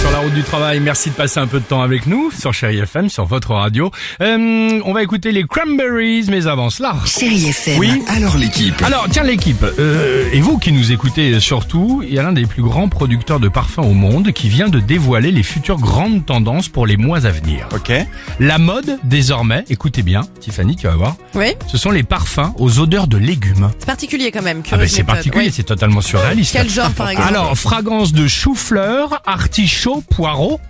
Sur la route du travail, merci de passer un peu de temps avec nous sur Chéri FM, sur votre radio. Euh, on va écouter les Cranberries, mais avant cela. Chéri FM. Oui. Alors l'équipe, Alors, tiens l'équipe, euh, et vous qui nous écoutez surtout, il y a l'un des plus grands producteurs de parfums au monde qui vient de dévoiler les futures grandes tendances pour les mois à venir. Ok. La mode, désormais, écoutez bien, Tiffany, tu vas voir, Oui, ce sont les parfums aux odeurs de légumes. c'est particulier quand même. Ah ben curieuse c'est méthode. particulier, Oui. c'est totalement surréaliste. Quel genre par exemple Alors, fragrance de chou-fleur, artichaut, poireau,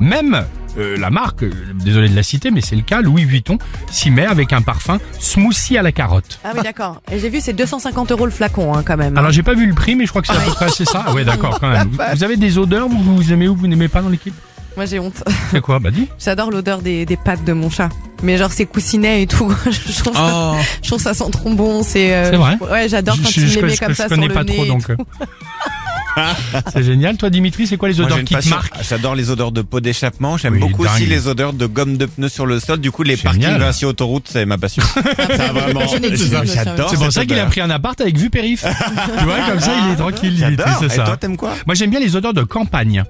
même euh, la marque, euh, désolé de la citer, mais c'est le cas, Louis Vuitton s'y met avec un parfum smoothie à la carotte. Ah oui, d'accord. Et j'ai vu, c'est 250 euros le flacon hein, quand même. Alors, j'ai pas vu le prix, mais je crois que c'est à peu près c'est ça. Ah Ouais, d'accord, quand même. Vous, vous avez des odeurs, vous, vous aimez ou vous n'aimez pas dans l'équipe Moi j'ai honte. C'est quoi Bah dis. J'adore l'odeur des, des pattes de mon chat. Mais genre ses coussinets et tout. je, trouve ça, Oh, je trouve ça sent trop bon. C'est euh, C'est vrai Ouais, j'adore quand je, il je- les met je- comme je ça sur connais le pas nez trop, et donc. tout. euh, c'est génial. Toi, Dimitri, c'est quoi les moi, odeurs j'ai une qui te passion. marquent J'adore les odeurs de peau d'échappement. J'aime Oui, beaucoup aussi dingue. les odeurs de gomme de pneus sur le sol. Du coup, les Génial. parkings Vinci Autoroute, c'est ma passion. ça vraiment. Je n'ai qu'une, monsieur. J'adore. C'est pour cette ça qu'il a odeur. pris un appart avec vue périph. tu vois, comme ça, il est tranquille. lui, tu sais, J'adore. c'est Et ça. toi, t'aimes quoi Moi, j'aime bien les odeurs de campagne.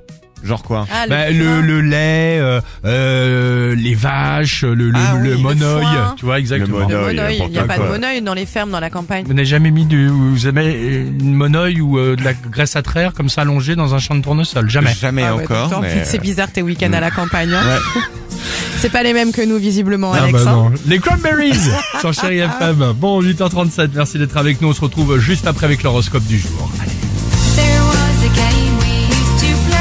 Genre quoi Ah, le, Bah, le, le lait, euh, euh, les vaches, le, le, Ah le oui, le monoeil, foin. tu vois Le exactement. monoeil. monoeil. Il n'y a n'importe pas de quoi. monoeil dans les fermes, dans la campagne. Vous n'avez jamais mis du, vous avez une monoeil ou euh, de la graisse à traire comme ça allongée dans un champ de tournesol Jamais. Jamais Ah ouais, donc, encore. toi, en mais- euh, mm. plus, C'est bizarre tes week-ends à la campagne. hein. Ouais. C'est pas les mêmes que nous visiblement, Ah Alex. bah hein. non. Les cranberries sur Chéri FM. Bon, 8h37, merci d'être avec nous. On se retrouve juste après avec l'horoscope du jour. There was a game we used to play.